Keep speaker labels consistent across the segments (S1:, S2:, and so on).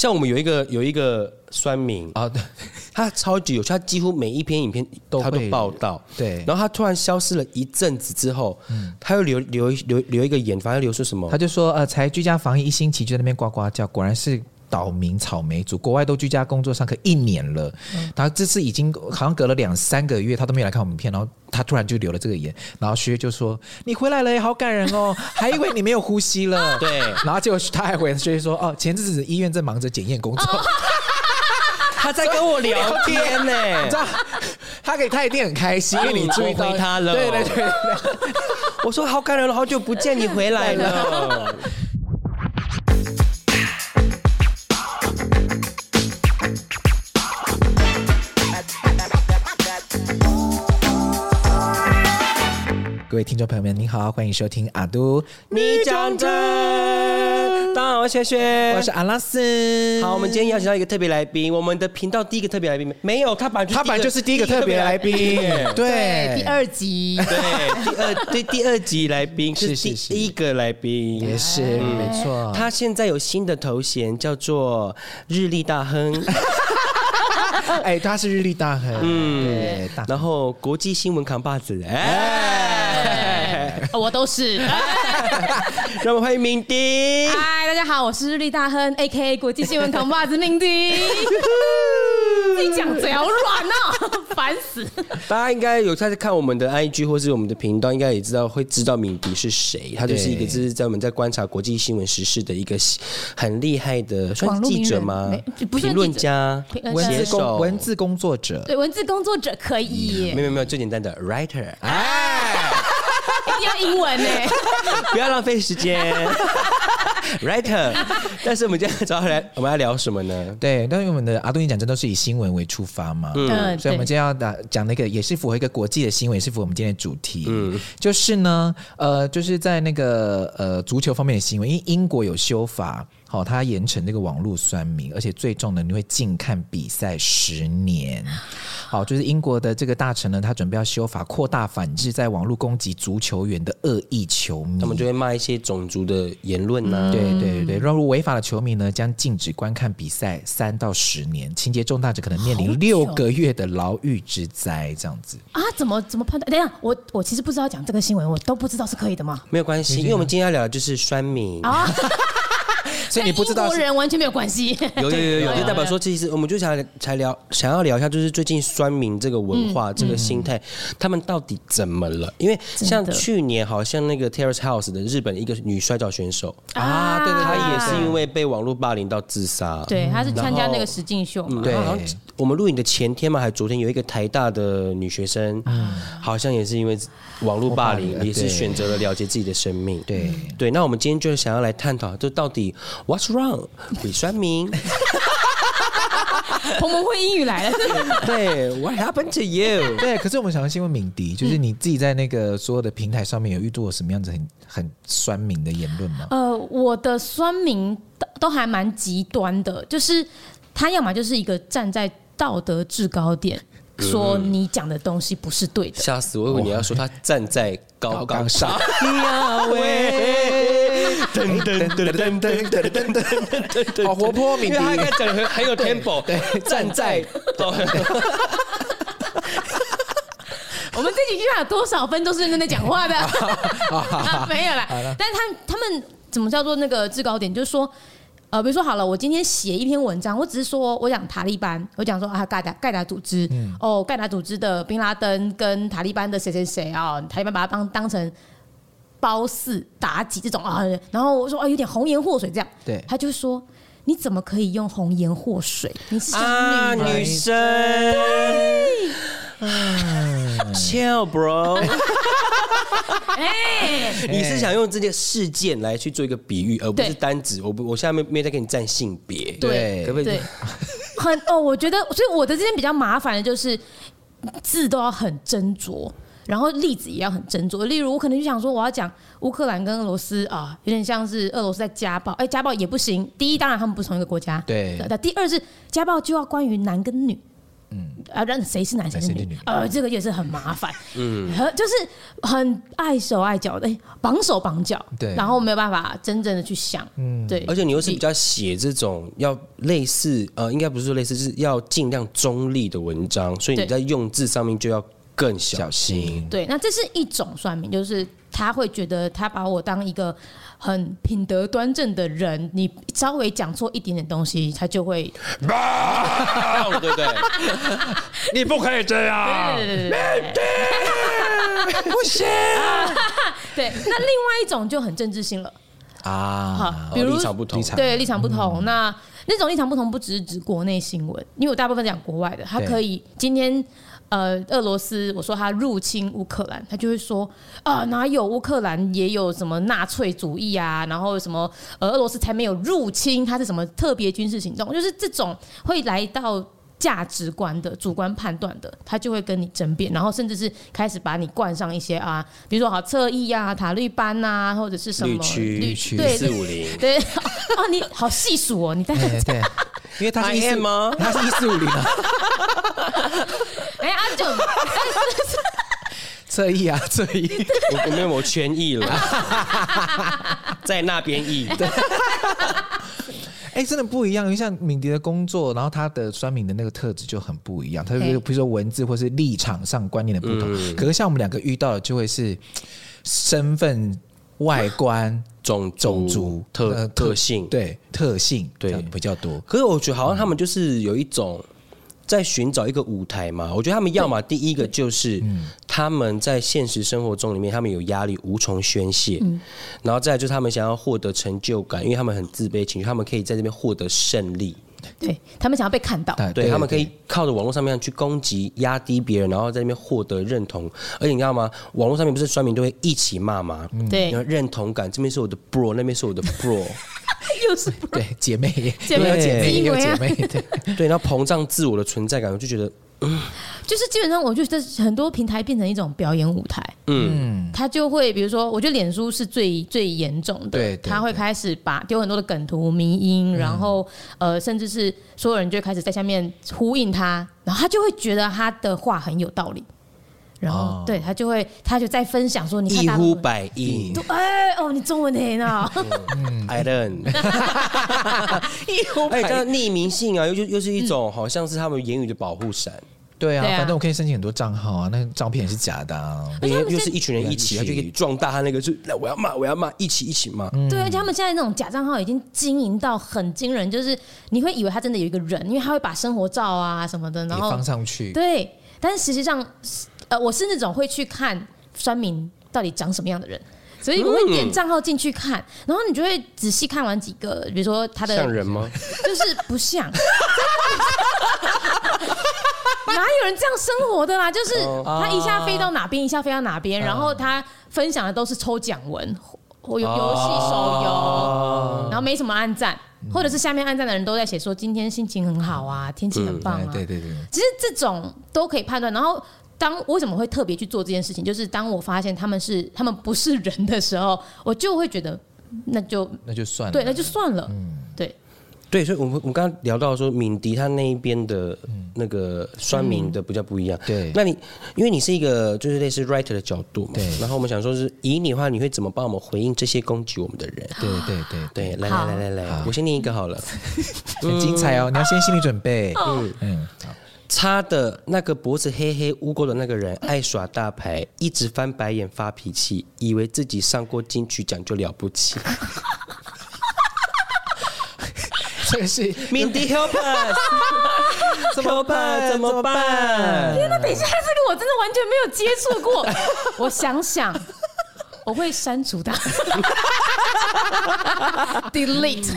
S1: 像我们有一个有一个酸民，
S2: 啊，对
S1: 他超级有趣，他几乎每一篇影片
S2: 都
S1: 他都
S2: 会
S1: 报道。
S2: 对嗯
S1: 然后他突然消失了一阵子之后，他又留留留留一个言，反正留说什么
S2: 他就说呃，才居家防疫一星期就在那边呱呱叫，果然是。岛民草莓族，国外都居家工作上课一年了，
S1: 嗯
S2: 然后这次已经好像隔了两三个月，他都没有来看我们片，然后他突然就留了这个言，然后薛就说：“你回来了耶，好感人哦，还以为你没有呼吸 了。”
S1: 对
S2: 然后结果他还回薛说：“哦，前阵子医院正忙着检验工作。
S1: 哦 他在 跟我聊天呢、
S2: 你 知道，他给他一定很开心，因为你注
S1: 我
S2: 意到
S1: 回他了
S2: 对对对对对
S1: 我说好感人了，好久不见，你回来了。
S2: 各位听众朋友们，您好，欢迎收听阿都，
S1: 你讲真，大家好，我是轩轩，
S2: 我是阿拉斯。
S1: 好，我们今天邀请到一个特别来宾，我们的频道第一个特别来宾没有，他本来
S2: 他本来就是第一个特别来宾，
S3: 对，
S2: 对，
S3: 第二集
S1: 对， 第二对第二集来宾是
S2: 是是是
S1: 第一个嗯来宾
S2: 也。是没
S3: 啊
S2: 错。
S1: 他现在有新的头衔，叫做日历大 亨，
S2: 哎，他是日历大亨，嗯，对，大
S1: 然后国际新闻扛把子，哎，
S3: 哎我都是。
S1: 让我们欢迎敏迪。
S3: 嗨，哎大家好，我是日历大亨，A K A 国际新闻扛把子命迪。自己讲嘴好软哦， 烦死！
S1: 大家应该有开始看我们的 IG 或是我们的频道，应该也知道会知道敏迪是谁。他就是一个，
S2: 对
S1: 就是在我们在观察国际新闻时事的一个很厉害的，算
S3: 网
S1: 是
S3: 络
S1: 记
S3: 名
S1: 者
S3: 人
S1: 吗
S3: 没？不
S1: 评
S3: 算记者
S1: 论家
S3: 评论、家
S2: 文
S1: 写
S2: 字工
S1: 手、
S2: 文字工作者，
S3: 对，文字工作者可以，
S2: 嗯
S1: 没有没有最简单的 writer，
S3: 哎一定要英文呢。
S1: 不要浪费时间 writer。但是我们今天找他来，我们要聊什么呢？
S2: 对，但是我们的阿杜你讲真都是以新闻为出发嘛，
S3: 嗯，
S2: 所以我们今
S3: 对
S2: 天要打讲那个也是符合一个国际的新闻，也是符合我们今天的主题。嗯，就是呢，呃，就是在那个呃足球方面的新闻，因为英国有修法，好、它严惩这个网络酸民，而且最重呢，你会禁看比赛十年。好，就是英国的这个大臣呢，他准备要修法，扩大反制在网络攻击足球员的恶意球迷。
S1: 他们就会骂一些种族的言论呐、啊。
S2: 对对
S3: 嗯
S2: 对，让入违法的球迷呢，将禁止观看比赛三到十年，情节重大者可能面
S3: 好
S2: 临
S3: 久
S2: 六个月的牢狱之灾，这样子。
S3: 啊，怎么怎么判断？等一下，我我其实不知道讲这个新闻，我都不知道是可以的吗？
S1: 没有关系，因为我们今天要聊的就是酸民。
S3: 啊，
S2: 嗯 所以你不知道
S3: 跟英国
S2: 是嗯
S3: 人完全没有关系。
S1: 有有有有，
S3: 有
S1: 就代表说，其实我们就想才聊，想要聊一下，就是最近酸民这个文化、这个心态，他们到底怎么了？因为像
S3: 真的
S1: 去年，好像那个 Terrace House 的日本一个女摔跤选手，
S2: 啊，对对，
S1: 她也是
S2: 因
S1: 因为被网络霸凌到自杀。
S3: 对，他是参加那
S1: 然后
S3: 个实境秀嘛。
S2: 对
S1: 然后好像我们录影的前天嘛，还昨天有一个台大的女学生，好像也是因为网络霸
S2: 啊网络霸
S1: 凌，
S2: 凌
S1: 也是
S2: 对
S1: 选择了了结自己的生命。
S2: 对
S1: 对，那我们今天就是想要来探讨，就到底 What's wrong with 酸民？
S3: 彭彭会英语来了，
S1: 对，What happened to you？
S2: 对，可是我们想要先问敏迪，就是你自己在那个所有的平台上面有遇到什么样子很很酸民的言论吗？
S3: 呃，我的酸民都都还蛮极端的，就是他要么就是一个站在道德制高点。说你讲的东西不是对的，
S1: 吓死我！我以为你要说他站在高岗 上，
S2: 亚威，
S1: 噔噔噔噔噔噔噔噔噔噔，
S2: 好活泼
S1: 因
S2: 敏迪
S1: 为他应该讲得很很有 tempo，对，站在高，
S3: 我们这几句话有多少分都是认真在讲话的， 啊没有啦。但是他们他们怎么叫做那个制高点？就是说，呃，比如说好了，我今天写一篇文章，我只是说我讲塔利班，我讲说啊盖达盖达组织，哦盖达组织的宾拉登跟塔利班的谁谁谁啊，塔利班把他当当成褒姒妲己这种啊，然后我说啊有点红颜祸水这样，
S2: 对
S3: 他就说你怎么可以用红颜祸水？你是
S1: 啊，
S3: 想女人
S1: 女生，chill bro，
S3: 哎。
S1: 你是想用这件事件来去做一个比喻，而不是单指我不，我现在没没有在跟你站性别，
S2: 对
S1: 可不可以
S3: 对？，很哦，我觉得，所以我的这边比较麻烦的就是字都要很斟酌，然后例子也要很斟酌。例如，我可能就想说，我要讲乌克兰跟俄罗斯啊，有点像是俄罗斯在家暴，哎、家暴也不行。第一，当然他们不是同一个国家，
S2: 对
S3: 那第二是家暴就要关于男跟女。啊，让谁是男谁是
S2: 谁是
S3: 女
S2: 女，
S3: 呃，这个也是很麻烦，嗯，就是很碍手碍脚的，哎绑手绑脚，
S2: 对
S3: 然后没有办法真正的去想，嗯，对，
S1: 而且你又是比较写这种要类似呃，应该不是说类似，就是要尽量中立的文章，所以你
S3: 对
S1: 在用字上面就要更小心。
S3: 对，那这是一种算命，就是他会觉得他把我当一个很品德端正的人，你稍微讲错一点点东西，他就会，
S1: 对对对，
S4: 你不可以这样。
S3: 对对对对对对，
S1: 不行。
S3: 对。那另外一种就很政治性了，
S2: 啊，
S3: 好，比如
S1: 立场不嗯同，
S3: 对立场不同，那那种立场不同不只是指国内新闻，因为我大部分讲国外的，他
S2: 对
S3: 可以今天。呃，俄罗斯，我说他入侵乌克兰，他就会说啊，哪有乌克兰也有什么纳粹主义啊，然后什么呃，俄罗斯才没有入侵，它是什么特别军事行动，就是这种会来到价值观的、主观判断的，他就会跟你争辩，然后甚至是开始把你冠上一些啊，比如说好侧翼啊、塔利班啊，或者是什么
S1: 绿区
S3: 绿
S1: 绿
S3: 区
S1: 区
S3: 对
S1: 四五零，
S3: 对， 哦，你好细数哦，你在
S2: 对对，因为他是
S1: I
S2: 一四
S1: am 吗
S2: 他是一四五零啊，
S3: 哎阿九，
S2: 侧翼啊，侧翼，
S1: 我我没有我权益 了，在那边意。
S2: 哎，真的不一样。因为像敏迪的工作，然后他的酸敏的那个特质就很不一样，他就
S3: 对
S2: 是比如说文字或是立场上观念的不同。可是像我们两个遇到的，就会是身份、外观、
S1: 种族
S2: 种族、
S1: 特
S2: 呃
S1: 特性，
S2: 对特性，
S1: 对
S2: 这样比较多。
S1: 可是我觉得好像他们就是有一种在寻找一个舞台嘛。我觉得他们要么第一个就是
S2: 嗯
S1: 他们在现实生活中里面他们有压力无从宣泄，
S2: 嗯
S1: 然后再来就是他们想要获得成就感，因为他们很自卑情绪，他们可以在这边获得胜利。
S3: 对他们想要被看到，
S2: 哎
S1: 对他们可以靠着网络上面去攻击、压低别人，然后在那边获得认同。而且你知道吗？网络上面不是酸民都会一起骂吗？
S2: 嗯
S3: 对
S1: 然后认同感，这边是我的 bro，那边是我的 bro，
S3: 又是
S2: 对 姐妹，
S3: 姐
S2: 也
S3: 妹
S2: 有姐妹，也有
S3: 基因
S2: 姐
S3: 啊
S2: 妹， 对，
S1: 对，然后膨胀自我的存在感，我就觉得
S3: 就是基本上，我觉得很多平台变成一种表演舞台，嗯，他就会比如说，我觉得脸书是最最严重的，
S2: 对对
S3: 他会开始把丢很多的梗图、迷音，然后呃，甚至是所有人就开始在下面呼应他，然后他就会觉得他的话很有道理，然后、
S2: 哦
S3: 对他就会他就在分享说，你看
S1: 一
S3: 大
S1: 呼
S3: 陆
S1: 百
S2: 嗯
S1: 应
S3: 哎哦，你中文很呢，
S1: ，I learn。哎，刚刚匿名性啊，又就又是一
S3: 嗯
S1: 种好像是他们言语的保护伞，
S2: 对啊
S3: 对，啊
S2: 反正我可以申请很多账号啊，那照片也是假的啊。
S3: 而且他们
S1: 又
S3: 现
S1: 是一群人一起，他就可以壮大他那个，就来我要骂，我要骂，一起一起骂。
S3: 对，而且他们现在那种假账号已经经营到很惊人，就是你会以为他真的有一个人，因为他会把生活照啊什么的， 然
S2: 也
S3: 后
S2: 放上去，
S3: 对，但是实际上，呃，我是那种会去看酸民到底长什么样的人。所以我会
S1: 嗯
S3: 点账号进去看，然后你就会仔细看完几个，比如说他的
S1: 像人吗？
S3: 就是不像，真的不像哪有人这样生活的啦？就是
S2: 哦
S3: 他一下飞到哪边，一下飞到哪
S2: 啊
S3: 边，然后他分享的都是抽奖文、或
S2: 啊
S3: 游游戏、手
S1: 啊
S3: 游，然后没什么暗赞，或者是下面暗赞的人都在写说今天心情很好啊，天气很棒
S2: 哎
S3: 啊，
S2: 对对对，
S3: 其实这种都可以判断。然后当我为什么会特别去做这件事情，就是当我发现他们是他们不是人的时候，我就会觉得那就
S2: 那就算了。
S3: 对，那就算了，
S2: 嗯
S3: 对。
S1: 对，所以我们我们刚刚聊到说，敏迪他那一边的那个酸民
S3: 嗯
S1: 的比较不一样。
S2: 嗯对
S1: 那你因为你是一个就是类似 writer 的角度嘛，
S2: 对
S1: 然后我们想说是以你的话，你会怎么帮我们回应这些攻击我们的人？
S2: 对对对
S1: 对，
S2: 对，
S1: 来
S3: 嗯好
S1: 来来来来，我先念一个好 了。
S2: 很精彩哦！你要先心理准备。
S3: 哦
S2: 嗯嗯，好
S1: 擦的那个脖子黑黑污垢的那个人，爱耍大牌，一直翻白眼发脾气，以为自己上过金曲奖就了不 起。
S2: 这个是
S1: 敏迪 help us，怎么办？怎么办？
S3: 那等一下，这个我真的完全没有接触过。 我想想，我会删除它 ，delete。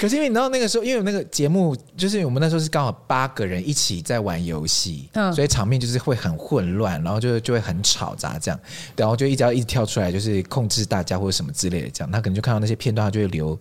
S2: 可是因为你知道那个时候，因为我们那个节目就是我们那时候是刚好八个人一起在玩游戏，
S3: 嗯
S2: 所以场面就是会很混乱，然后就就会很吵杂这样，然后就一直要一直跳出来，就是控制大家或者什么之类的这样。他可能就看到那些片段，他就会留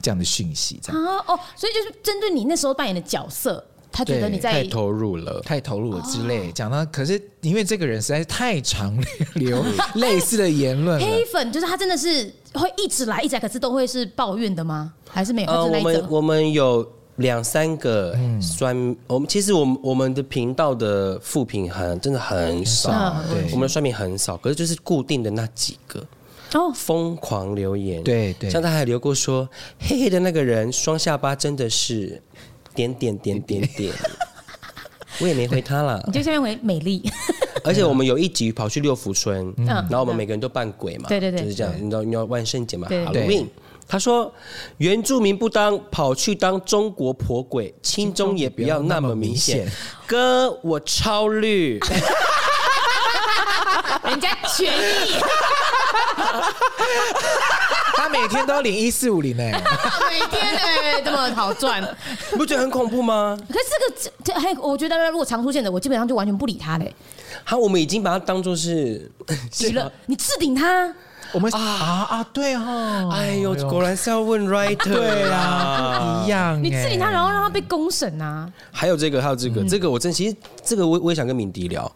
S2: 这样的讯息，这样
S3: 啊 哦，所以就是针对你那时候扮演的角色，他觉得
S2: 对
S3: 你在
S1: 太投入了。
S2: 太投入了之类讲到。可是因为这个人实在是太常留 类似的言论了
S3: 黑，粉，就是他真的是会一直来一直来，可是都会是抱怨的吗？还是没有？他
S1: 呃，
S3: 是那
S1: 我
S3: 一
S1: 们
S3: 种
S1: 我们有两三个酸，我们其实我们我们的频道的副评很真的很少，
S3: 嗯
S2: 对
S1: 我们的酸评很少，可是就是固定的那几个
S3: 哦，
S1: 疯狂留言，
S2: 对对
S1: 像他还留过说黑黑的那个人双下巴真的是点点点点 点，我也没回他啦
S3: 你。就下面回美丽，
S1: 而且我们有一集跑去六福村，
S3: 嗯
S1: 然后我们每个人都扮鬼嘛，
S3: 对对对
S1: 就是这样，你知道你要万圣节嘛
S3: 对对
S2: 对
S1: ，Halloween。他说：“原住民不当，跑去当中国婆鬼，亲中也不要那么明显。哥，我超绿，
S3: 人家权 益
S2: 他每天都领一四五零哎，
S3: 每天哎、这么好赚。
S1: 你不觉得很恐怖吗？
S3: 可是这个这这还我觉得如果常出现的，我基本上就完全不理他嘞，
S1: 好，我们已经把它当做是
S3: 极了，你置顶他，
S2: 我们啊啊对哈，
S1: 哎呦，果然是要 问 writer
S2: 哦对啊，
S1: 啊
S2: 一。样哎，
S3: 你置顶他，然后让他被公审啊，
S1: 还有这个，还有这
S2: 嗯
S1: 个，这个我真其实这个我我也想跟敏迪聊。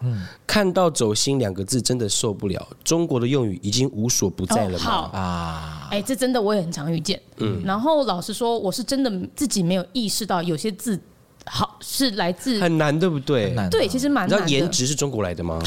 S1: 看到“走心”两个字真的受不了，中国的用语已经无所不在了
S3: 哦
S1: 嘛
S3: 好。
S2: 啊，
S3: 哎、这真的我也很常遇见。嗯，然后老实说，我是真的自己没有意识到有些字好是来自
S1: 很难，对不对？
S2: 很难啊
S3: 对，其实蛮
S1: 你知
S3: 难
S1: 道
S3: 的。
S1: 颜值是中国来的吗？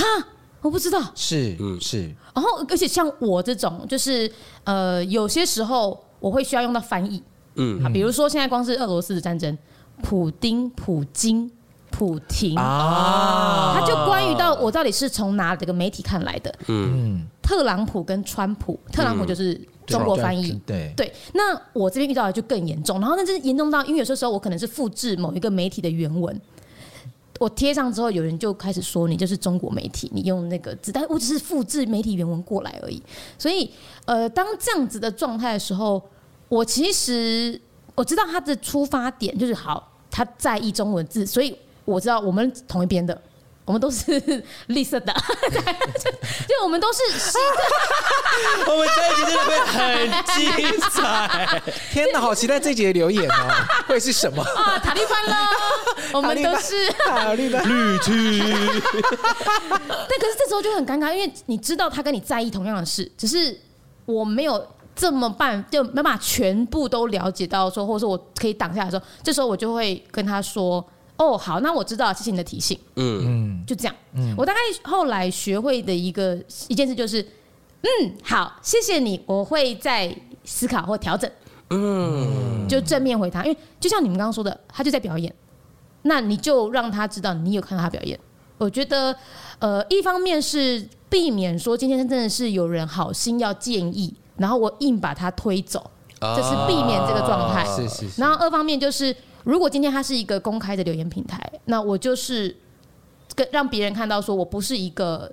S3: 我不知道。
S2: 是
S1: 嗯
S2: 是，
S3: 然后而且像我这种，就是呃，有些时候我会需要用到翻译。嗯，啊，比如说现在光是俄罗斯的战争，普丁、普京、普廷
S2: 啊
S3: 它就关于到我到底是从哪个媒体看来的。嗯，特朗普跟川普，特
S1: 嗯
S3: 朗普就是中国翻译。
S2: 对
S3: 对，那我这边遇到的就更严重，然后那真是严重到，因为有些时候我可能是复制某一个媒体的原文，我贴上之后，有人就开始说你就是中国媒体，你用那个字，但我只是复制媒体原文过来而已。所以，呃，当这样子的状态的时候，我其实我知道他的出发点就是好，他在意中文字，所以我知道我们同一边的。我们都是 绿色的， 就我们都是
S1: 我们在一起真的会很精彩。
S2: 天哪，好期待这集的留言哦，会是什么？
S3: 啊，塔利班啦，我们都是
S1: 啊
S2: 塔利班，绿区，
S3: 但可是这时候就很尴尬，因为你知道他跟你在意同样的事，只是我没有这么办，就没办法全部都了解到说，或者说我可以挡下来的时候，这时候我就会跟他说：“哦，好，那我知道了，谢谢你的提醒。”嗯嗯，就这样。我大概后来学会的一个一件事就是，嗯，好，谢谢你，我会再思考或调整。嗯，就正面回他，因为就像你们刚刚说的，他就在表演，那你就让他知道你有看到他表演。我觉得，呃，一方面是避免说今天真的是有人好心要建议，然后我硬把他推走，这是避免这个状态。
S2: 是是是，
S3: 然后二方面就是，如果今天它是一个公开的留言平台，那我就是跟让别人看到说我不是一个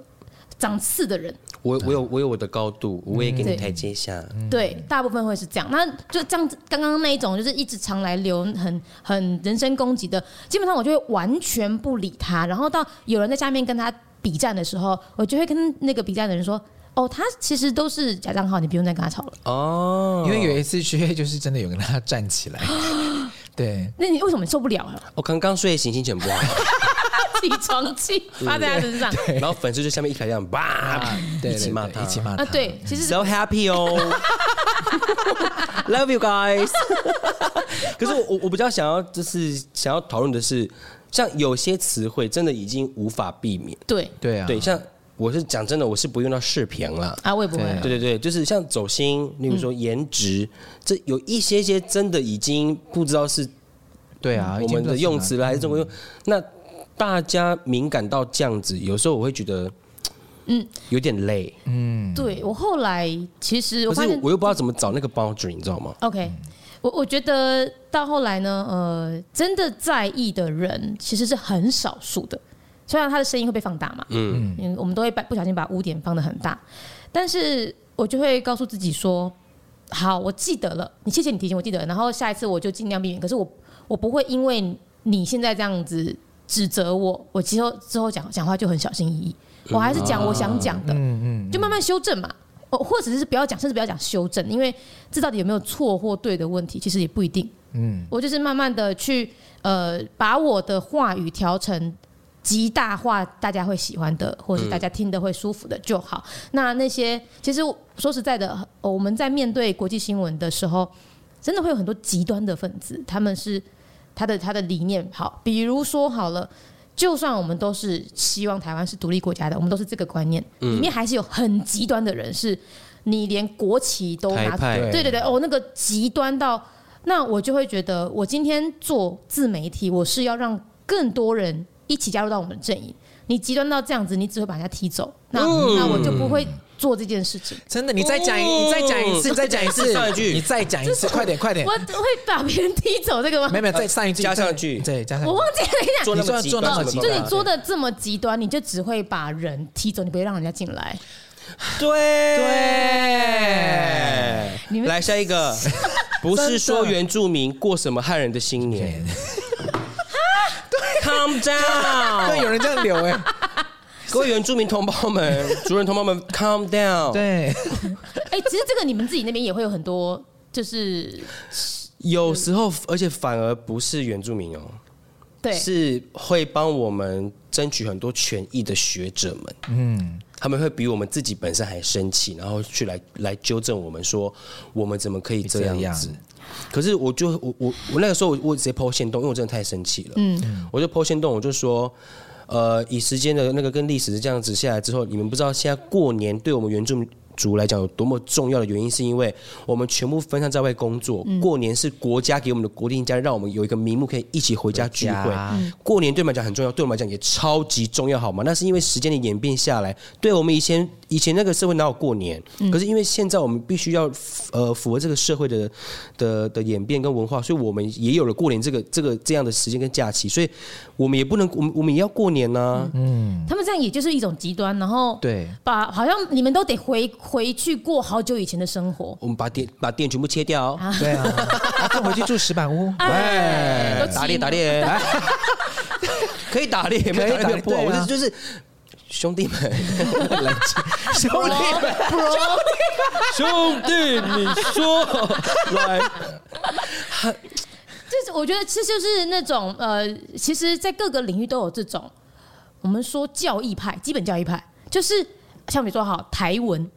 S3: 长刺的人。
S1: 我我有我有我的高度，
S2: 嗯
S1: 我也给你
S3: 对
S1: 台阶下。
S3: 对，大部分会是这样。那就这样子，刚刚那一种就是一直常来留很很人身攻击的，基本上我就会完全不理他。然后到有人在下面跟他比战的时候，我就会跟那个比战的人说：“哦，他其实都是假账号，你不用再跟他吵了。
S1: 哦，
S2: 因为有一次薛就是真的有跟他站起来，
S3: 哦
S2: 对”。
S3: 那你为什么受不了啊了？
S1: 我哦刚刚睡醒，心情很不 好，
S3: 起床气发在他身上
S1: 然后粉丝就下面一排这样吧，
S2: 啊对，
S1: 啊一起
S2: 对
S1: 骂
S2: 对
S1: 他，
S2: 一起骂
S3: 啊！
S2: 他。
S3: 对，其实
S1: So happy 哦，Love you guys 。可是我我比较想要就是想要讨论的是，像有些词汇真的已经无法避免。
S3: 对
S2: 对啊，
S1: 对，像我是讲真的，我是不用到视频了。
S3: 啊，我也不会
S2: 对嗯
S3: 啊。
S1: 对对对，就是像走心，例如说颜值，这有一些些真的已经不知道是
S2: 对啊，
S1: 我们的用词了还是
S2: 嗯
S1: 中国用。那大家敏感到这样子，有时候我会觉得，嗯，有点累，
S3: 对我后来其实我
S1: 可
S3: 发
S1: 是
S3: 现
S1: 我又不知道怎么找那个 boundary，你知道吗？
S3: ，OK，我嗯我觉得到后来呢，呃，真的在意的人其实是很少数的，虽然他的声音会被放大嘛，嗯，我们都会把不小心把污点放得很大，但是我就会告诉自己说，好，我记得了，你谢谢你提醒，我记得了，然后下一次我就尽量避免。可是我我不会因为你现在这样子指责我，我之后之后讲讲话就很小心翼翼，我还是讲我想讲的，嗯嗯，就慢慢修正嘛。哦，或者是不要讲，甚至不要讲修正，因为这到底有没有错或对的问题，其实也不一定。嗯，我就是慢慢的去呃，把我的话语调成极大化大家会喜欢的，或是大家听得会舒服的就好。那那些其实说实在的，呃我们在面对国际新闻的时候，真的会有很多极端的分子，他们是他的他的理念。好，比如说好了。就算我们都是希望台湾是独立国家的，我们都是这个观念，
S1: 嗯
S3: 里面还是有很极端的人，是你连国旗都
S1: 台
S3: 拿
S1: 派
S3: 对对对，哦，那个极端到，那我就会觉得，我今天做自媒体，我是要让更多人一起加入到我们的阵营。你极端到这样子，你只会把人家踢走，那、
S1: 嗯
S3: 那我就不会做这件事情。
S2: 真的，你再讲一，你再讲一次，再讲一次，
S1: 上一嗯句
S2: 你再讲一次，快点，快点
S3: 我，会把别人踢走，这个吗
S2: 没？有没有，再上一句，
S1: 加上
S2: 再
S1: 一句
S2: 对，加上一
S3: 我
S2: 句
S3: 忘记了，等一下
S1: 做那么极
S2: 你说做那么
S1: 端，
S2: 极
S1: 什么都
S3: 就
S2: 端
S3: 你
S1: 敢
S3: 做的这么极端，你就只会把人踢走，你不会让人家进来。
S1: 对
S3: 你们
S1: 来下一个， 不是说
S2: 真的
S1: 原住民过什么汉人的新年 ，calm
S2: 对，
S1: down，
S2: 有人这样留哎，
S1: 各位原住民同胞们、 族人同胞们，calm down。
S2: 对，
S3: 哎、其实这个你们自己那边也会有很多，就是
S1: 有时候，而且反而不是原住民哦，
S3: 对，
S1: 是会帮我们争取很多权益的学者们，嗯，他们会比我们自己本身还生气，然后去来来纠正我们说我们怎么可以这
S2: 这
S1: 样
S2: 样
S1: 子。可是我就我我我那个时候我我直接剖线洞，因为我真的太生气了，嗯，我就剖线洞，我就说。呃，以时间的那个跟历史这样子下来之后，你们不知道现在过年对我们原住民族来讲有多么重要的原因，是因为我们全部分散在外工作，过年是国家给我们的国定假日，让我们有一个名目可以一起回家聚
S2: 回
S1: 会
S2: 家。
S1: 啊过年对我们来讲很重要，对我们来讲也超级重要，好吗？那是因为时间的演变下来，对我们以前以前那个社会哪有过年？
S2: 嗯
S1: 可是因为现在我们必须要呃符合这个社会的的的演变跟文化，所以我们也有了过年这个这个这样的时间跟假期，所以我们也不能，我们我们也要过年呐、
S2: 嗯
S3: 他们这样也就是一种极端，然后
S2: 对
S3: 把好像你们都得回回去过好久以前的生活，
S1: 我们把电把电全部切掉、哦，
S2: 对啊，啊跟我回去住石板屋，
S3: 哎，都
S1: 打
S3: 起
S1: 猎打猎， 可以打猎，没有
S2: 可以打
S1: 打
S2: 猎
S1: 猎不好，
S2: 对
S1: 我
S2: 啊
S1: 是就是兄弟们， 冷静。
S2: 兄弟们，
S1: 兄弟，你 说来，
S3: 就是我觉得这就是那种呃，其实，在各个领域都有这种，我们说教义派，基本教义派，就是像比如说好台文，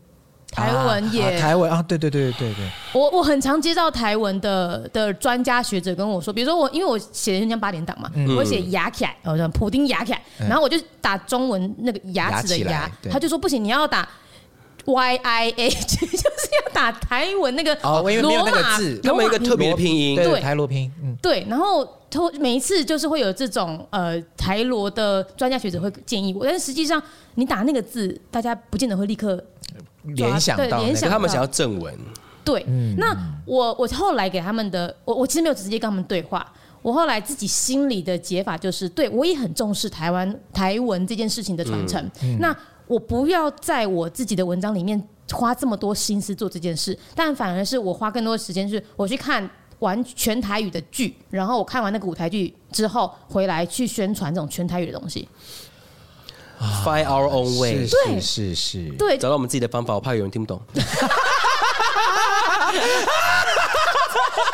S3: 台文也、
S2: 啊啊台文啊，对对对对对对，
S3: 我我很常接到台文的的专家学者跟我说，比如说我因为我写人家八点档嘛，
S2: 嗯
S3: 我写牙起来，我说普丁牙起来，然后我就打中文那个牙齿的
S2: 牙
S3: 牙
S2: 起来，对
S3: 他就说不行，你要打 Y I A，就是要打台文那个
S2: 哦因为没有
S3: 罗
S2: 那个
S3: 马
S2: 字
S1: 他们有一个特别的拼音
S2: 对，
S3: 对
S2: 台罗拼，嗯，
S3: 对，然后他会每一次就是会有这种呃台罗的专家学者会建议我，但是实际上你打那个字，大家不见得会立刻
S2: 联想
S3: 对
S2: 到那
S3: 联
S2: 个
S1: 可
S3: 想
S1: 他们想要正文，
S3: 对，那我我后来给他们的，我我其实没有直接跟他们对话，我后来自己心里的解法就是，对我也很重视台湾台文这件事情的传承，
S1: 嗯
S3: 那我不要在我自己的文章里面花这么多心思做这件事，但反而是我花更多的时间是我去看。完全台语的剧，然后我看完那个舞台剧之后，回来去宣传这种全台语的东西。
S1: Find our own way，
S2: 是是是是，
S3: 对，
S1: 找到我们自己的方法，我怕有人听不懂。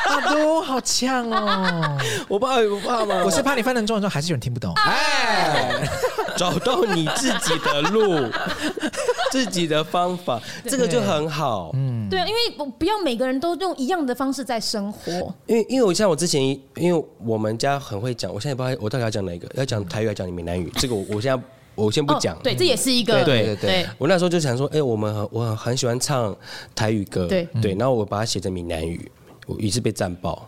S2: 阿都好呛哦，
S1: 我怕，我怕吗？
S2: 我是怕你翻成中文之后还是有人听不懂，哎，
S1: 找到你自己的 路，自己的方法，这个就很好。
S3: 对啊，因为不不要每个人都用一样的方式在生活。
S1: 因为因为我像我之前，因为我们家很会讲，我现在也不知道我到底要讲哪一个，要讲台语，要讲闽南语，这个我我现在我先不讲
S3: 哦。对，这也是一个
S1: 对
S2: 对对
S3: 对
S1: 我那时候就想说，哎、我们很我很很喜欢唱台语歌，
S3: 对
S1: 对，然后我把它写成闽南语，我于是被战爆。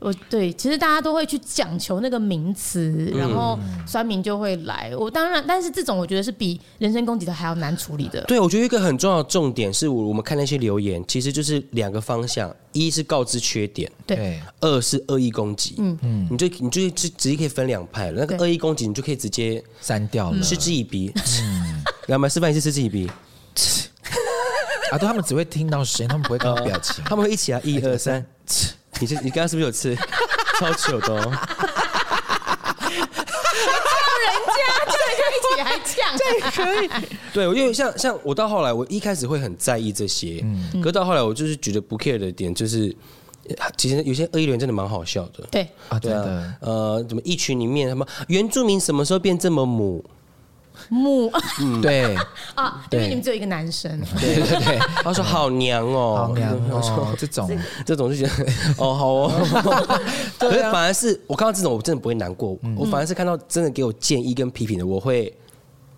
S3: 我对，其实大家都会去讲求那个名词，
S1: 嗯
S3: 然后酸民就会来。我当然，但是这种我觉得是比人身攻击的还要难处理的。
S1: 对，我觉得一个很重要的重点是我我们看那些留言，其实就是两个方向：一是告知缺点，
S3: 对
S2: 对
S1: 二是恶意攻击。嗯嗯，你就你就直直接可以分两派了。那个
S3: 对
S1: 恶意攻击，你就可以直接
S2: 删掉了，
S1: 嗤之以鼻。 来，我们来示范一次嗤之以鼻。
S2: 阿都他们只会听到声音，他们不会看到表情，
S1: 他们会一起啊，一二三，吃。你这你刚刚是不是有吃？超糗的哦！
S3: 一起 还呛，
S1: 对，我因为像像我到后来，我一开始会很在意这些，
S2: 嗯
S3: 嗯
S1: 可到后来我就是觉得不 care 的点就是，呃其实有些恶意留言真的蛮好笑的。
S3: 对，
S2: 啊，真
S1: 对
S2: 的
S1: 啊，呃，怎么一群里面什么原住民什么时候变这么母？
S3: 母
S2: 嗯对
S3: 啊， 因
S2: 对
S3: 为你们只有一个男生，
S2: 对对 对，
S1: 他说好娘哦、
S2: 好娘哦，这种
S1: 这种就觉得哦好哦，
S2: 啊
S1: 可是反而是我看到这种我真的不会难过，
S2: 嗯
S1: 我反而是看到真的给我建议跟批评的，我会，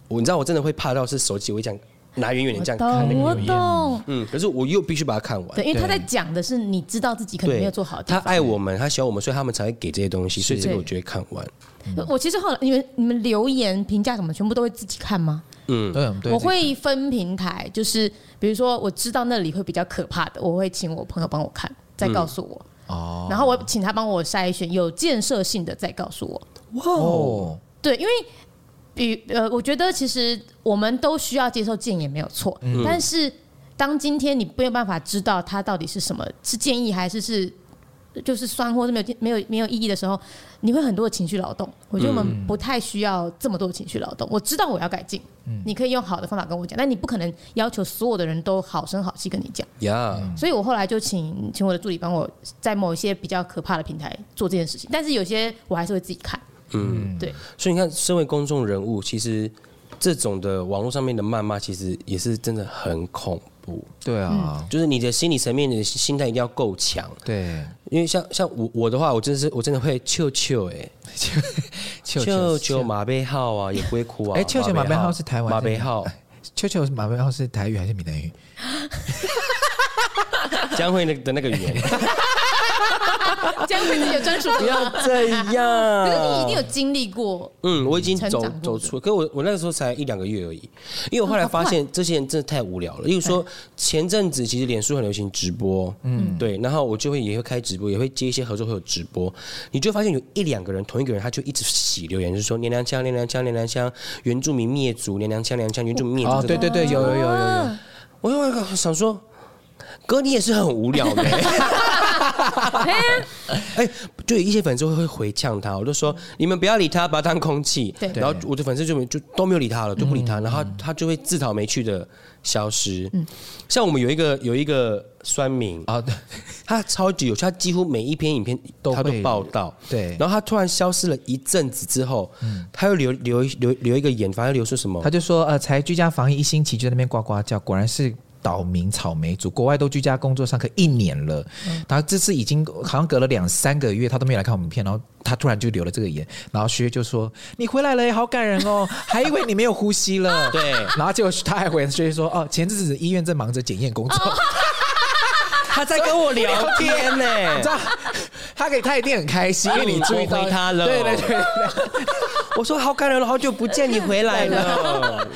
S1: 我你知道我真的会怕到是手机我会这样拿远远的这样看那
S3: 懂
S1: 个，
S3: 我懂。
S1: 嗯，可是我又必须把它看完
S3: 对，。因为他
S2: 对
S3: 在讲的是你知道自己可能
S1: 对，
S3: 没有做好的地
S1: 他
S3: 方。
S1: 爱我们，他喜欢我们，所以他们才会给这些东西，所以这个
S3: 对
S1: 我觉得看完，
S3: 我其实后来你们你们留言评价什么，全部都会自己看吗？
S1: 嗯，
S2: 对对，
S3: 我会分平台，就是比如说我知道那里会比较可怕的，我会请我朋友帮我看，再告诉我，
S2: 哦
S3: 然后我请他帮我筛选有建设性的，再告诉我。
S2: 哦，
S3: 对，因为比呃，我觉得其实我们都需要接受建议没有错，但是当今天你没有办法知道它到底是什么，是建议还是是。就是酸或是没有没有没有意义的时候，你会很多的情绪劳动。我觉得我们不太需要这么多的情绪劳动。我知道我要改进，你可以用好的方法跟我讲，但你不可能要求所有的人都好声好气跟你讲。
S1: 呀，
S2: 嗯
S3: 所以我后来就请请我的助理帮我在某一些比较可怕的平台做这件事情，但是有些我还是会自己看。嗯，对。
S1: 所以你看，身为公众人物，其实这种的网络上面的谩骂，其实也是真的很恐怖。
S2: 对啊，
S1: 就是你的心理层面你的心态一定要够强，
S2: 对，
S1: 因为像像我我的话，我真的是我真的会啾啾哎，
S2: 球
S1: 啾啾马背号啊，也不会哭啊。
S2: 哎啾啾马背号是台湾
S1: 马背 号，
S2: 球球马背号是台语还是闽南语？
S1: 江惠那的那个 语言，
S3: 江惠子有专 属
S1: 不
S3: 的
S1: 要
S3: 吗？
S1: 这
S3: 可
S1: 样。
S3: 是你一定有经历过，
S1: 嗯，我已经走
S3: 成长路
S1: 走
S3: 的
S1: 出，可我我那个时候才一两个月而已，因为我后来发现这些人真的太无聊了。例如说，前阵子其实脸书很流行直播，嗯，对，然后我就会也会开直播，也会接一些合作会有直播，你就会发现有一两个人，同一个人他就一直洗留言，就是说娘娘腔、娘娘腔、娘娘腔，原住民灭族，娘娘腔、娘娘腔，原住民灭族。
S2: 哦，
S1: 这
S2: 对
S1: 种
S2: 对对，有有有有有，
S1: 哦我有一个想说，哥你也是很无聊的、哎、就有一些粉丝会会回呛他，我就说你们不要理他，把他当空气。
S3: 对
S1: 然后我的粉丝就没就都没有理他了，就不理他，然后他他就会自讨没趣的消失。像我们有一个有一个酸民，
S2: 啊，对
S1: 他超级有趣，他几乎每一篇影片
S2: 都
S1: 他都
S2: 会
S1: 报道。
S2: 对
S1: 然后他突然消失了一阵子之后，他又留留留留一个言，反正留说什么
S2: 他？就说呃，才居家防疫一星期就在那边呱呱叫，果然是。岛民草莓族，国外都居家工作上课一年了，
S1: 嗯
S2: 然后这次已经好像隔了两三个月，他都没有来看我们片，然后他突然就留了这个言，然后学月就说：“你回来了耶，好感人 哦，还以为你没有呼吸了。”
S1: 对
S2: 然后结果他还回学月说：“哦，前阵子医院正忙着检验工作。
S1: 哦 他在跟我聊天呢、
S2: 你知道，他给他一定很开心，因为你注意
S1: 我
S2: 到
S1: 回他了
S2: 对对对对对，
S1: 我说好感人了，好久不见，你回来了。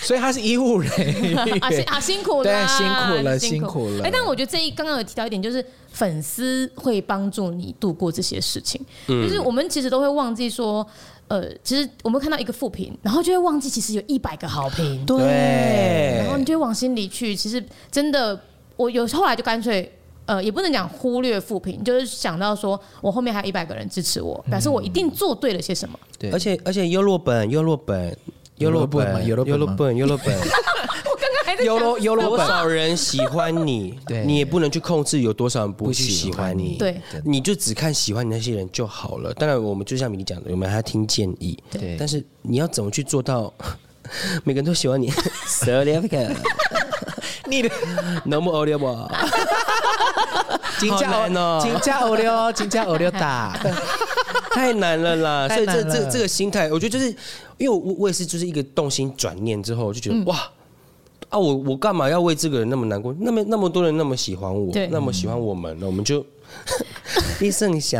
S2: 所以他是医务人
S3: 啊辛
S2: 员，
S3: 啊辛苦
S2: 对
S3: 了，
S2: 辛苦了辛苦了
S3: 哎，但我觉得这一刚刚有提到一点，就是粉丝会帮助你度过这些事情。就是我们其实都会忘记说，呃，其实我们看到一个负评，然后就会忘记其实有一百个好评，
S2: 对
S3: 然后你就会往心里去。其实真的，我有时候后来就干脆。呃，也不能讲忽略负评，就是想到说我后面还有一百个人支持我，
S2: 嗯
S3: 表示我一定做对了些什么。
S2: 对
S1: 而且而且优洛本优洛本优洛本
S2: 优
S1: 优
S2: 洛
S1: 洛
S2: 本吗
S1: 本优洛本，
S3: 还 在
S2: 优
S3: 想
S2: 罗优罗
S1: 多
S2: 本，，
S1: 少人喜欢你
S2: 对
S1: 你也不能去控制有多少人不去喜欢你，
S3: 不去喜欢
S2: 你对
S1: 你就只看喜欢你那些人就好了。当然，我们就像你讲的，我们还要听建议，
S2: 对
S1: 但是你要怎么去做到 每个人都喜 欢你？So d i f i c u l t
S2: 你的
S1: no more audio 吧？
S2: 金
S1: 好难
S2: 加
S1: 哦
S2: 金加欧六，金加欧六打，
S1: 太难了啦！所
S2: 太
S1: 以
S2: 难
S1: 这这
S2: 了
S1: 这个心态，我觉得就是因为我我也是就是一个动心转念之后，我就觉
S2: 嗯
S1: 得、哇啊，我我干嘛要为这个人那么难过？那么那么多人那么喜欢我
S3: 对，
S1: 那么喜欢我们，那我们就 必胜一下。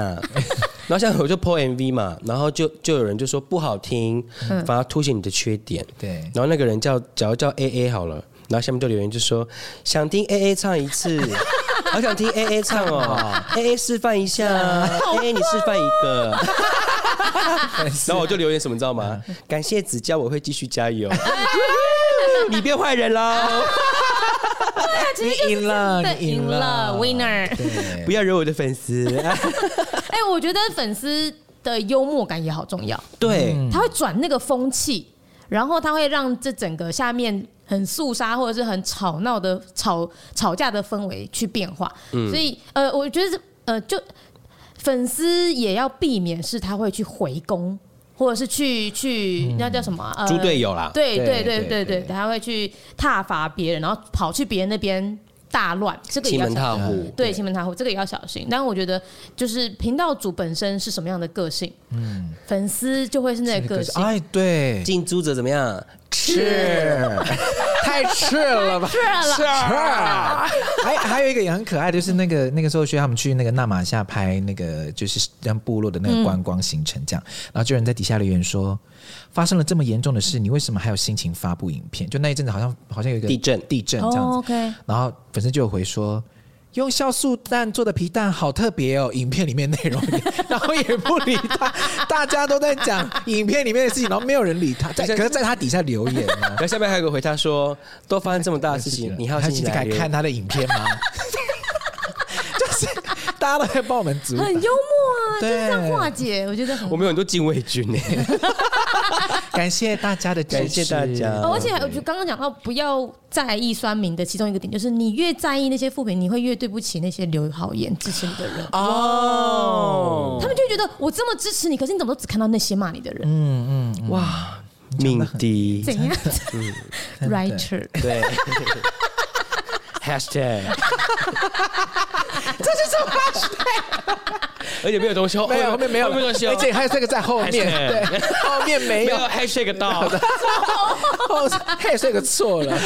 S1: 然后像我就 po MV 嘛，然后就就有人就说不好听，
S2: 嗯
S1: 反而凸显你的缺点。
S2: 对，
S1: 然后那个人叫，假如叫 A A 好了，然后下面就留言就说想听 A A 唱一次， 好想听 A A 唱哦，A A 示范一下，A A 你示范一个。然后我就留言什么，你知道吗？感谢指教，我会继续加油。你变坏人喽！
S2: 你赢了，
S3: 对
S2: 你
S3: 赢了，winner。
S2: 对
S1: 不要惹我的粉丝。
S3: 哎、我觉得粉丝的幽默感也好重要，
S1: 对，
S3: 他会转那个风气，然后他会让这整个下面很肃杀或者是很吵闹的吵吵架的氛围去变化。
S1: 嗯
S3: 所以呃，我觉得是呃，就粉丝也要避免是他会去回攻。或者是去去那叫什么啊？呃
S1: 嗯猪队友啦
S3: 对
S2: 对对
S3: 对对
S2: 对
S3: 对对，他会去挞伐别人，然后跑去别人那边大乱，这个也
S1: 欺
S3: 要
S1: 门
S3: 小
S1: 踏户，
S3: 对，亲门踏户这个也要小心。但我觉得，就是频道主本身是什么样的个性，嗯，粉丝就会是那个个性。
S2: 哎，对，
S1: 近朱者怎么样？
S2: 是 太赤了吧？
S3: 是了，
S2: 是啊还还有一个也很可爱，就是那个那个时候，学他们去那个纳马夏拍那个就是让部落的那个观光行程这样，
S3: 嗯
S2: 然后就有人在底下留言说，发生了这么严重的事，你为什么还有心情发布影片？就那一阵子好像好像有一个
S1: 地震
S2: 地震这样
S3: 哦
S2: 子，
S3: ，OK，
S2: 然后粉丝就有回说。用酵素蛋做的皮蛋好特别哦，影片里面内容，然后也不理 他，大家都在讲影片里面的事情，然后没有人理他，在可是在他底下留 言呢、
S1: 然后下面还有个回他说，都发生这么
S3: 啊
S1: 大的事情，你还有
S2: 他
S1: 心情来
S2: 敢
S1: 约
S2: 看他的影片 吗？就是大家都在帮我们组
S3: 很幽默啊，就
S2: 对
S3: 是这样化解，我觉得很
S1: 我。们有很多禁卫军呢，
S2: 感谢大家的支持，
S1: 感谢大家
S3: 哦而且还我就刚刚讲到，不要在意酸民的其中一个点，就是你越在意那些负评，你会越对不起那些留好言支持你的人。
S2: 哦。
S3: 他们就会觉得我这么支持你，可是你怎么都只看到那些骂你的人？
S1: 哇，命低，
S3: 怎样？Writer，
S1: 对，#hashtag，
S2: 这是什么？
S1: 而且没有东西，后
S2: 没有，后面没有，
S1: 没有东西哦，
S2: 而且还有这个在后面，
S1: Hashtag
S2: 对， 后面没
S1: 没
S2: 有
S1: 有，#hashtag 到，
S2: 后还有这个错 了，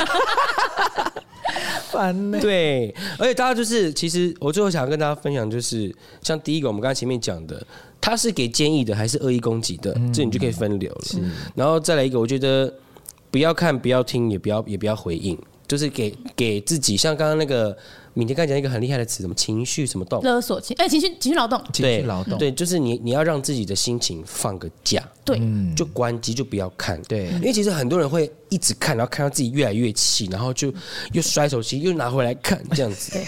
S2: 烦 呢。
S1: 对，而且大家就是，其实我最后想跟大家分享，就是像第一个我们刚才前面讲的，他是给建议的还是恶意攻击的，
S2: 嗯
S1: 这你就可以分流了。然后再来一个，我觉得不要看，不要听，也不要也不要回应，就是给给自己，像刚刚那个敏天刚才讲一个很厉害的词，什么情绪什么动。
S3: 勒索情，哎，情绪情绪劳动，
S2: 情绪劳动，
S1: 对，就是你你要让自己的心情放个假，
S3: 对，
S1: 就关机就不要看。
S2: 对
S1: 因为其实很多人会一直看，然后看到自己越来越气，然后就又摔手机，又拿回来看这样 子。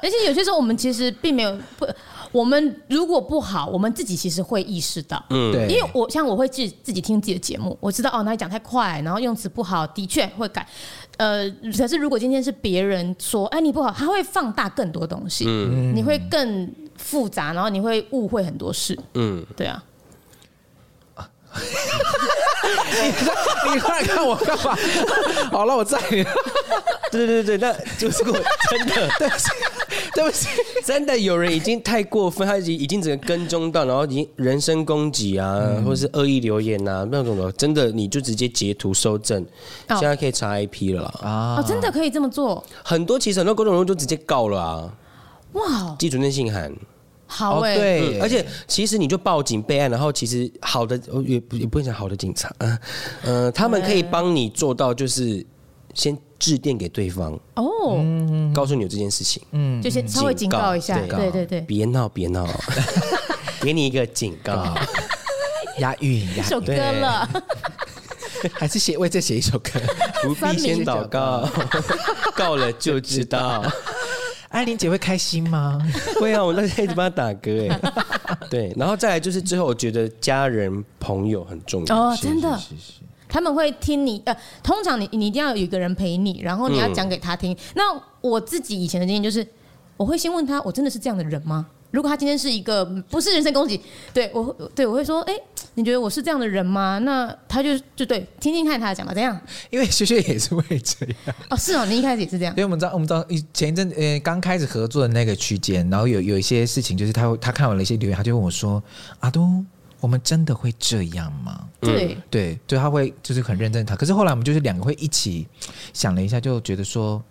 S3: 而且有些时候我们其实并没有不，我们如果不好，我们自己其实会意识到。嗯，
S2: 对，
S3: 因为我像我会自己自己听自己的节目，我知道哦，哪里讲太快，然后用词不好，的确会改。呃，可是如果今天是别人说，哎，你不好，他会放大更多东西，你会更复杂，然后你会误会很多事。
S1: 嗯，
S3: 对啊，
S2: 你过来看我干 嘛？好了，我在你了，
S1: 对对对对，那就是我真的
S2: 对不起，对不起。
S1: 真的有人已经太过分，他已经已经整个跟踪到，然后已经人身攻击啊，或是恶意留言啊那种的，真的你就直接截图收证，
S3: 哦
S1: 现在可以查 IP 了啦。
S2: 啊
S3: 哦，真
S1: 啊
S3: 的可以这么做，
S1: 很多其实很多公众人物就直接告了啊，
S3: 哇，
S1: 寄存证信函。嗯
S3: 好
S1: 哦
S3: 哎、
S2: 对，
S1: 而且其实你就报警备案，然后其实好的呃也不也不能讲好的警察， 嗯、呃，他们可以帮你做到，就是先致电给对方，
S3: 哦，
S1: 告诉你有这件事情，
S3: 就先稍微警告一下，
S1: 嗯警告
S3: 对对对，
S1: 别闹别 闹，给你一个警告。
S2: 押韵，押
S3: 一首
S2: 韵，
S3: 歌了，
S2: 还是写为这写一 首歌。
S1: 不必先祷 告，告了就知道。
S2: 艾琳姐会开心吗？
S1: 会啊，我那天一直帮他打歌哎。对，然后再来就是之后，我觉得家人朋友很重要。
S3: 哦，真的。他们会听你，呃，通常你你一定要有一个人陪你，然后你要讲给他听。那我自己以前的经验就是，我会先问他，我真的是这样的人吗？ 如果他今天是一个不是人身攻击，对我会对我会说，哎、你觉得我是这样的人吗？那他就就对，听听看他讲吧，怎样？
S2: 因为学学也是会这样，
S3: 哦，是哦，你一开始也是这样
S2: 因，为我们知道，我们知道以前一阵呃刚开始合作的那个区间，然后有有一些事情，就是他会他看完了一些留言，他就问我说：“阿东，我们真的会这样吗
S3: 对，？”
S2: 对，对，他会就是很认真他。可是后来我们就是两个会一起想了一下，就觉得说，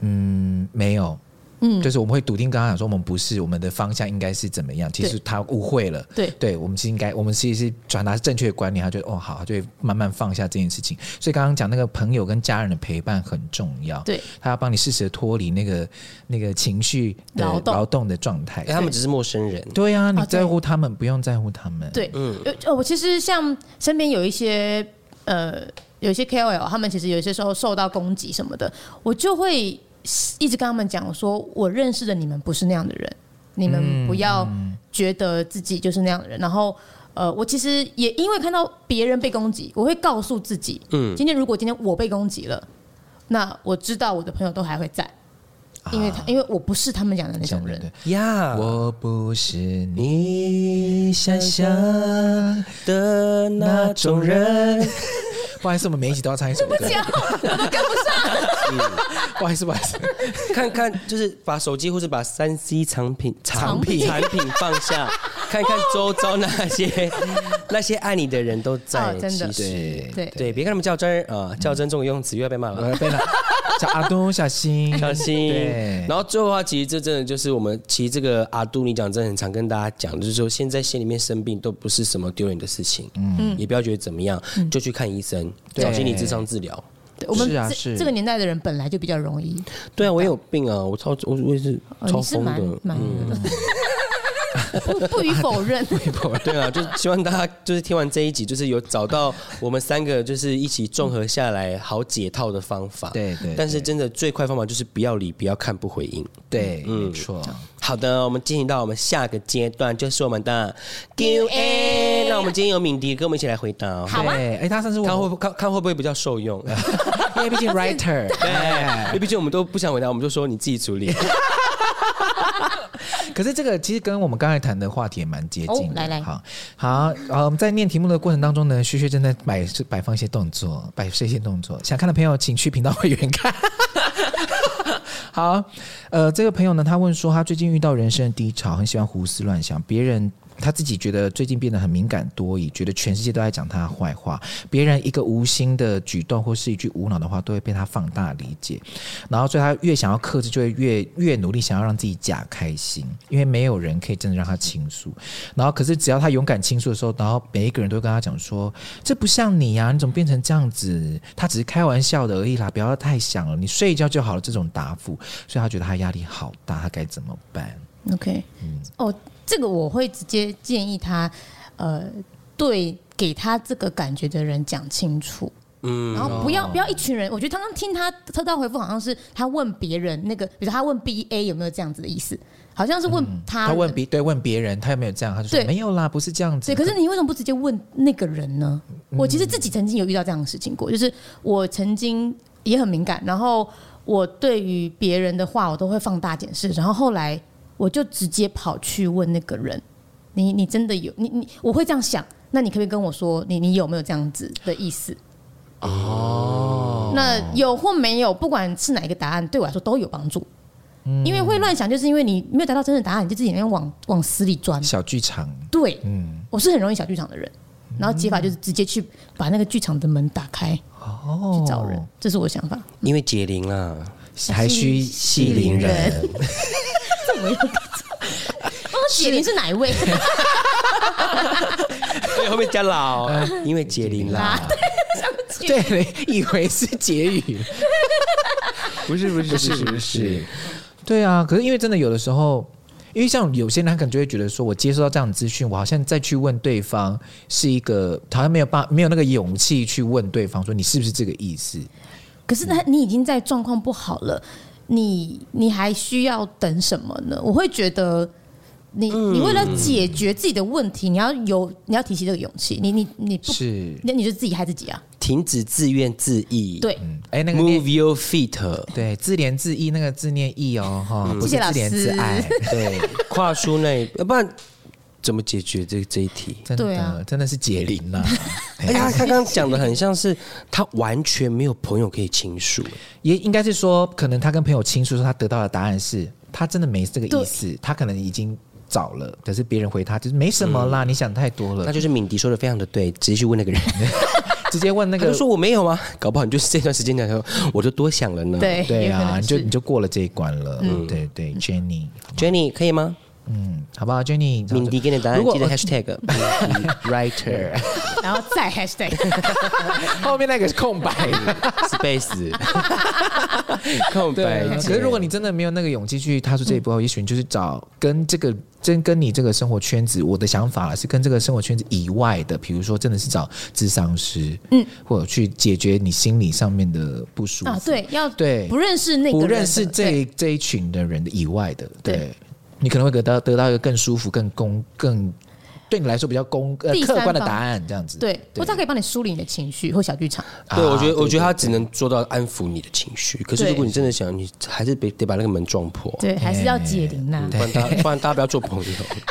S2: 嗯，没有，
S3: 嗯，
S2: 就是我们会笃定跟他讲说，我们不是，我们的方向应该是怎么样。其实
S3: 对
S2: 他误会了，
S3: 对
S2: 对我们其实应该，我们其实是传达正确的观念，他觉得哦好，他就会慢慢放下这件事情。所以刚刚讲那个朋友跟家人的陪伴很重要，
S3: 对，
S2: 他要帮你适时的脱离那个那个情绪的
S3: 劳动
S2: 劳动的状态
S1: 哎。他们只是陌生人，
S2: 对啊，你
S3: 对
S2: 在乎他们，不用在乎他们。，
S3: 对，呃呃，我其实像身边有一些呃，有一些 KOL，他们其实有些时候受到攻击什么的，我就会一直跟他们讲，我说我认识的你们不是那样的人，你们
S2: 嗯
S3: 不要觉得自己就是那样的人，然后。呃，我其实也因为看到别人被攻击，我会告诉自己，嗯，今天如果今天我被攻击了，那我知道我的朋友都还会在，
S2: 啊
S3: 因为他因为我不是他们讲的那
S2: 讲
S3: 种
S2: 人
S3: 人，
S2: 的，
S1: 呀，
S2: 我不是你。
S1: 你
S2: 啊你想象
S1: 的那
S2: 那种
S1: 种人
S2: 人。 不好意思，我们每一集都要唱一首歌。 不好意思，不好意思，
S1: 看看，就是把手机或者把三 C 产品、
S2: 藏品
S1: 产品放下，看看周遭那些那些爱你的人都在
S3: 哦，真
S1: 其
S3: 的
S1: 实
S2: 对
S3: 对
S1: 对，别跟他们较真儿啊，较真这种用词又要被骂
S2: 我
S1: 了。
S2: 要被了。小阿东，小心，嗯
S1: 小心
S2: 对。
S1: 然后最后的话，其实这真的就是我们，其实这个阿杜，你讲真的很常跟大家讲，就是说现在心里面生病都不是什么丢脸的事情，嗯，也不要觉得怎么样，
S3: 嗯
S1: 就去看医生，
S2: 对
S1: 找心理智商治疗。
S3: 我们
S2: 是啊
S3: 这
S2: 是
S3: 这个年代的人本来就比较容易，
S1: 对啊，我也有病啊，我超我我也是
S3: 哦
S1: 超
S3: 你是
S1: 疯
S3: 蛮
S1: 的，
S3: 蛮 不不予否认，
S1: 对啊，就是希望大家就是听完这一集，就是有找到我们三个就是一起综合下来好解套的方法。
S2: 对对对
S1: 但是真的最快方法就是不要理，不要看，不回应。
S2: 对，没错。
S1: 好的，我们进行到我们下个阶段，就是我们的 Q&A。那我们今天有敏迪跟我们一起来回答、哦，
S3: 好啊
S2: 对，哎，他上次
S1: 看
S2: 问
S1: 会
S2: 我，
S1: 不看看会不会比较受用？
S2: 因为毕 竟 writer，哎
S1: 因为毕竟我们都不想回答，我们就说你自己处理。
S2: 可是这个其实跟我们刚才谈的话题也蛮接近的。
S3: 哦来来
S2: 好，好，呃，我们在念题目的过程当中呢，旭旭正在摆摆放一些动作，摆设一些动作。想看的朋友，请去频道会员看。 好，呃，这个朋友呢，他问说，他最近遇到人生的低潮，很喜欢胡思乱想，别人。他自己觉得最近变得很敏感多疑，觉得全世界都在讲他的坏话，别人一个无心的举动或是一句无脑的话，都会被他放大理解。然后所以他越想要克制，就会越越努力想要让自己假开心，因为没有人可以真的让他倾诉。然后可是只要他勇敢倾诉的时候，然后每一个人都跟他讲说：“这不像你啊，你怎么变成这样子？他只是开玩笑的而已啦，不要太想了，你睡一觉就好了。”这种答复，所以他觉得他压力好大，他该怎么办？
S3: OK，哦，这个我会直接建议他，呃，对给他这个感觉的人讲清楚。嗯，然后不要不要一群人，我觉得刚刚听他他到回复好像是他问别人那个，比如说他问 B A 有没有这样子的意思，好像是问他人、
S2: 他问别对问别人，他有没有这样？他就说
S3: 对
S2: 没有啦，不是这样子。
S3: 对，可是你为什么不直接问那个人呢？我其实自己曾经有遇到这样的事情过，就是我曾经也很敏感，然后我对于别人的话我都会放大检视，然后后来我就直接跑去问那个人，你你真的有你你我会这样想，那你可不可以跟我说你你有没有这样子的意思？哦，那有或没有，不管是哪一个答案，对我来说都有帮助。因为会乱想，就是因为你没有达到真正答案，你就自己那边往往死里钻。
S2: 小剧场，
S3: 对，
S2: 嗯
S3: 我是很容易小剧场的人。然后解法就是直接去把那个剧场的门打开，
S2: 哦
S3: 去找人，这是我的想法。
S1: 因为解铃啊，
S2: 还需系邻人。
S3: 哦，解铃是哪一位？
S1: 所以后面加老，因为解铃啦。
S2: 对， 以为是结语。
S4: 不是不是不是不是，
S2: 对啊，可是因为真的有的时候，因为像有些人他可能就会觉得说，我接收到这样的资讯，我好像再去问对方是一个，好像没有办没有那个勇气去问对方说你是不是这个意思？
S3: 可是他你已经在状况不好了，你你还需要等什么呢？我会觉得你你为了解决自己的问题，你要有你要提起这个勇气，你你你不，
S2: 是，嗯
S3: 那你就自己害自己啊。
S1: 停止自怨自艾。
S3: 对，
S2: 哎、那个念
S1: ，Move your feet。
S2: 对自怜自艾那个字念意哦，哈，不是
S3: 谢
S2: 自
S3: 谢老
S2: 怜自
S3: 师
S2: 爱。
S1: 对，跨出那一步，要不然怎么解决这这一题？
S2: 真
S3: 对
S2: 的、
S3: 啊
S2: 真的是解铃呐、
S1: 哎 呀，他刚刚讲的很像是他完全没有朋友可以倾诉，
S2: 也应该是说，可能他跟朋友倾诉说他得到的答案是，他真的没这个意思，他可能已经找了，可是别人回他就是没什么啦，你想太多了
S1: 嗯那，就是敏迪说的非常的对，直接去问那个 人，
S2: 直接问那
S1: 他就
S2: 个
S1: 说我没有吗？搞不好你就是这段时间讲说， 我就多想了呢。
S3: 对，
S2: 对
S3: 有可
S2: 啊，
S3: 能
S2: 你就是你就过了这一关了。对对，Jenny，
S1: ，Jenny 可以吗？
S2: 嗯，好不好？Jenny，
S1: 敏迪给你答案
S2: 如，果
S1: 记得 hashtag writer
S3: 然后再 hashtag，
S2: 后面那个是空 白。
S1: space 空白
S2: 对，。可嗯是如果你真的没有那个勇气去踏出这一步，也许你就是找跟这个真跟你这个生活圈子，我的想法是跟这个生活圈子以外的，比如说真的是找智商师，嗯，或者去解决你心理上面的不舒服。
S3: 啊，对，要
S2: 对
S3: 不认识那个
S2: 不
S3: 人
S2: 认识
S3: 的对
S2: 这这一群的人的以外的，对
S3: 对
S2: 你可能会得到得到一个更舒服、更公、更对你来说比较公呃
S3: 第
S2: 客
S3: 三
S2: 观的
S3: 方
S2: 答案这样子。
S3: 对，或者他可以帮你梳理你的情绪或小剧场。
S1: 对，我觉
S2: 啊
S1: 得，我觉得他只能做到安抚你的情绪。可是，
S3: 对
S1: 如果你真的想，你还是得得把那个门撞破，
S3: 对，还是要解铃呐、
S1: 不然大 家不然大家不要做朋友。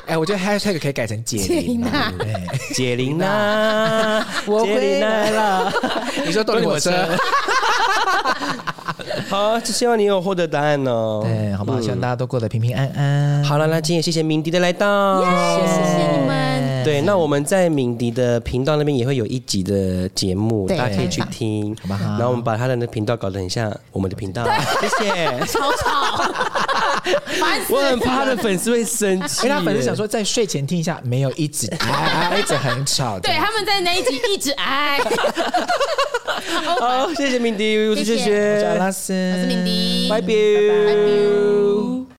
S2: 哎、我觉得 hashtag 可以改成解
S3: 解
S2: 铃
S3: 铃
S2: 啊。
S3: 呐、
S1: 解铃呐，
S2: 我
S1: 解
S2: 回
S1: 铃
S2: 来
S1: 呐，
S2: 了。你说动力火车，
S1: 好，希望你有获得答案哦。
S2: 对，好不好？希望大家都过得平平安安。
S1: 好了，那今天也谢谢敏迪的来 到。
S3: 谢谢你们，
S1: 对，那我们在敏迪的频道那边也会有一集的节目，
S3: 对
S1: 大家可以去听，好
S2: 吧
S1: 然后我们把他的那频道搞得很像我们的频道，谢 谢。
S3: 吵吵， 烦死
S1: 我
S3: 了
S1: 很怕他的粉丝会生气
S2: 哎，
S1: 耶，
S2: 他粉丝想说在睡前听一下，没有一直哎哎一直很吵。
S3: 对，他们在那一集一直 哎，
S1: 好，谢谢敏迪，我是
S3: 谢
S1: 谢
S3: 谢
S2: 我是阿
S1: 谢，
S2: 拉斯，
S3: 我是敏迪，
S1: 拜拜。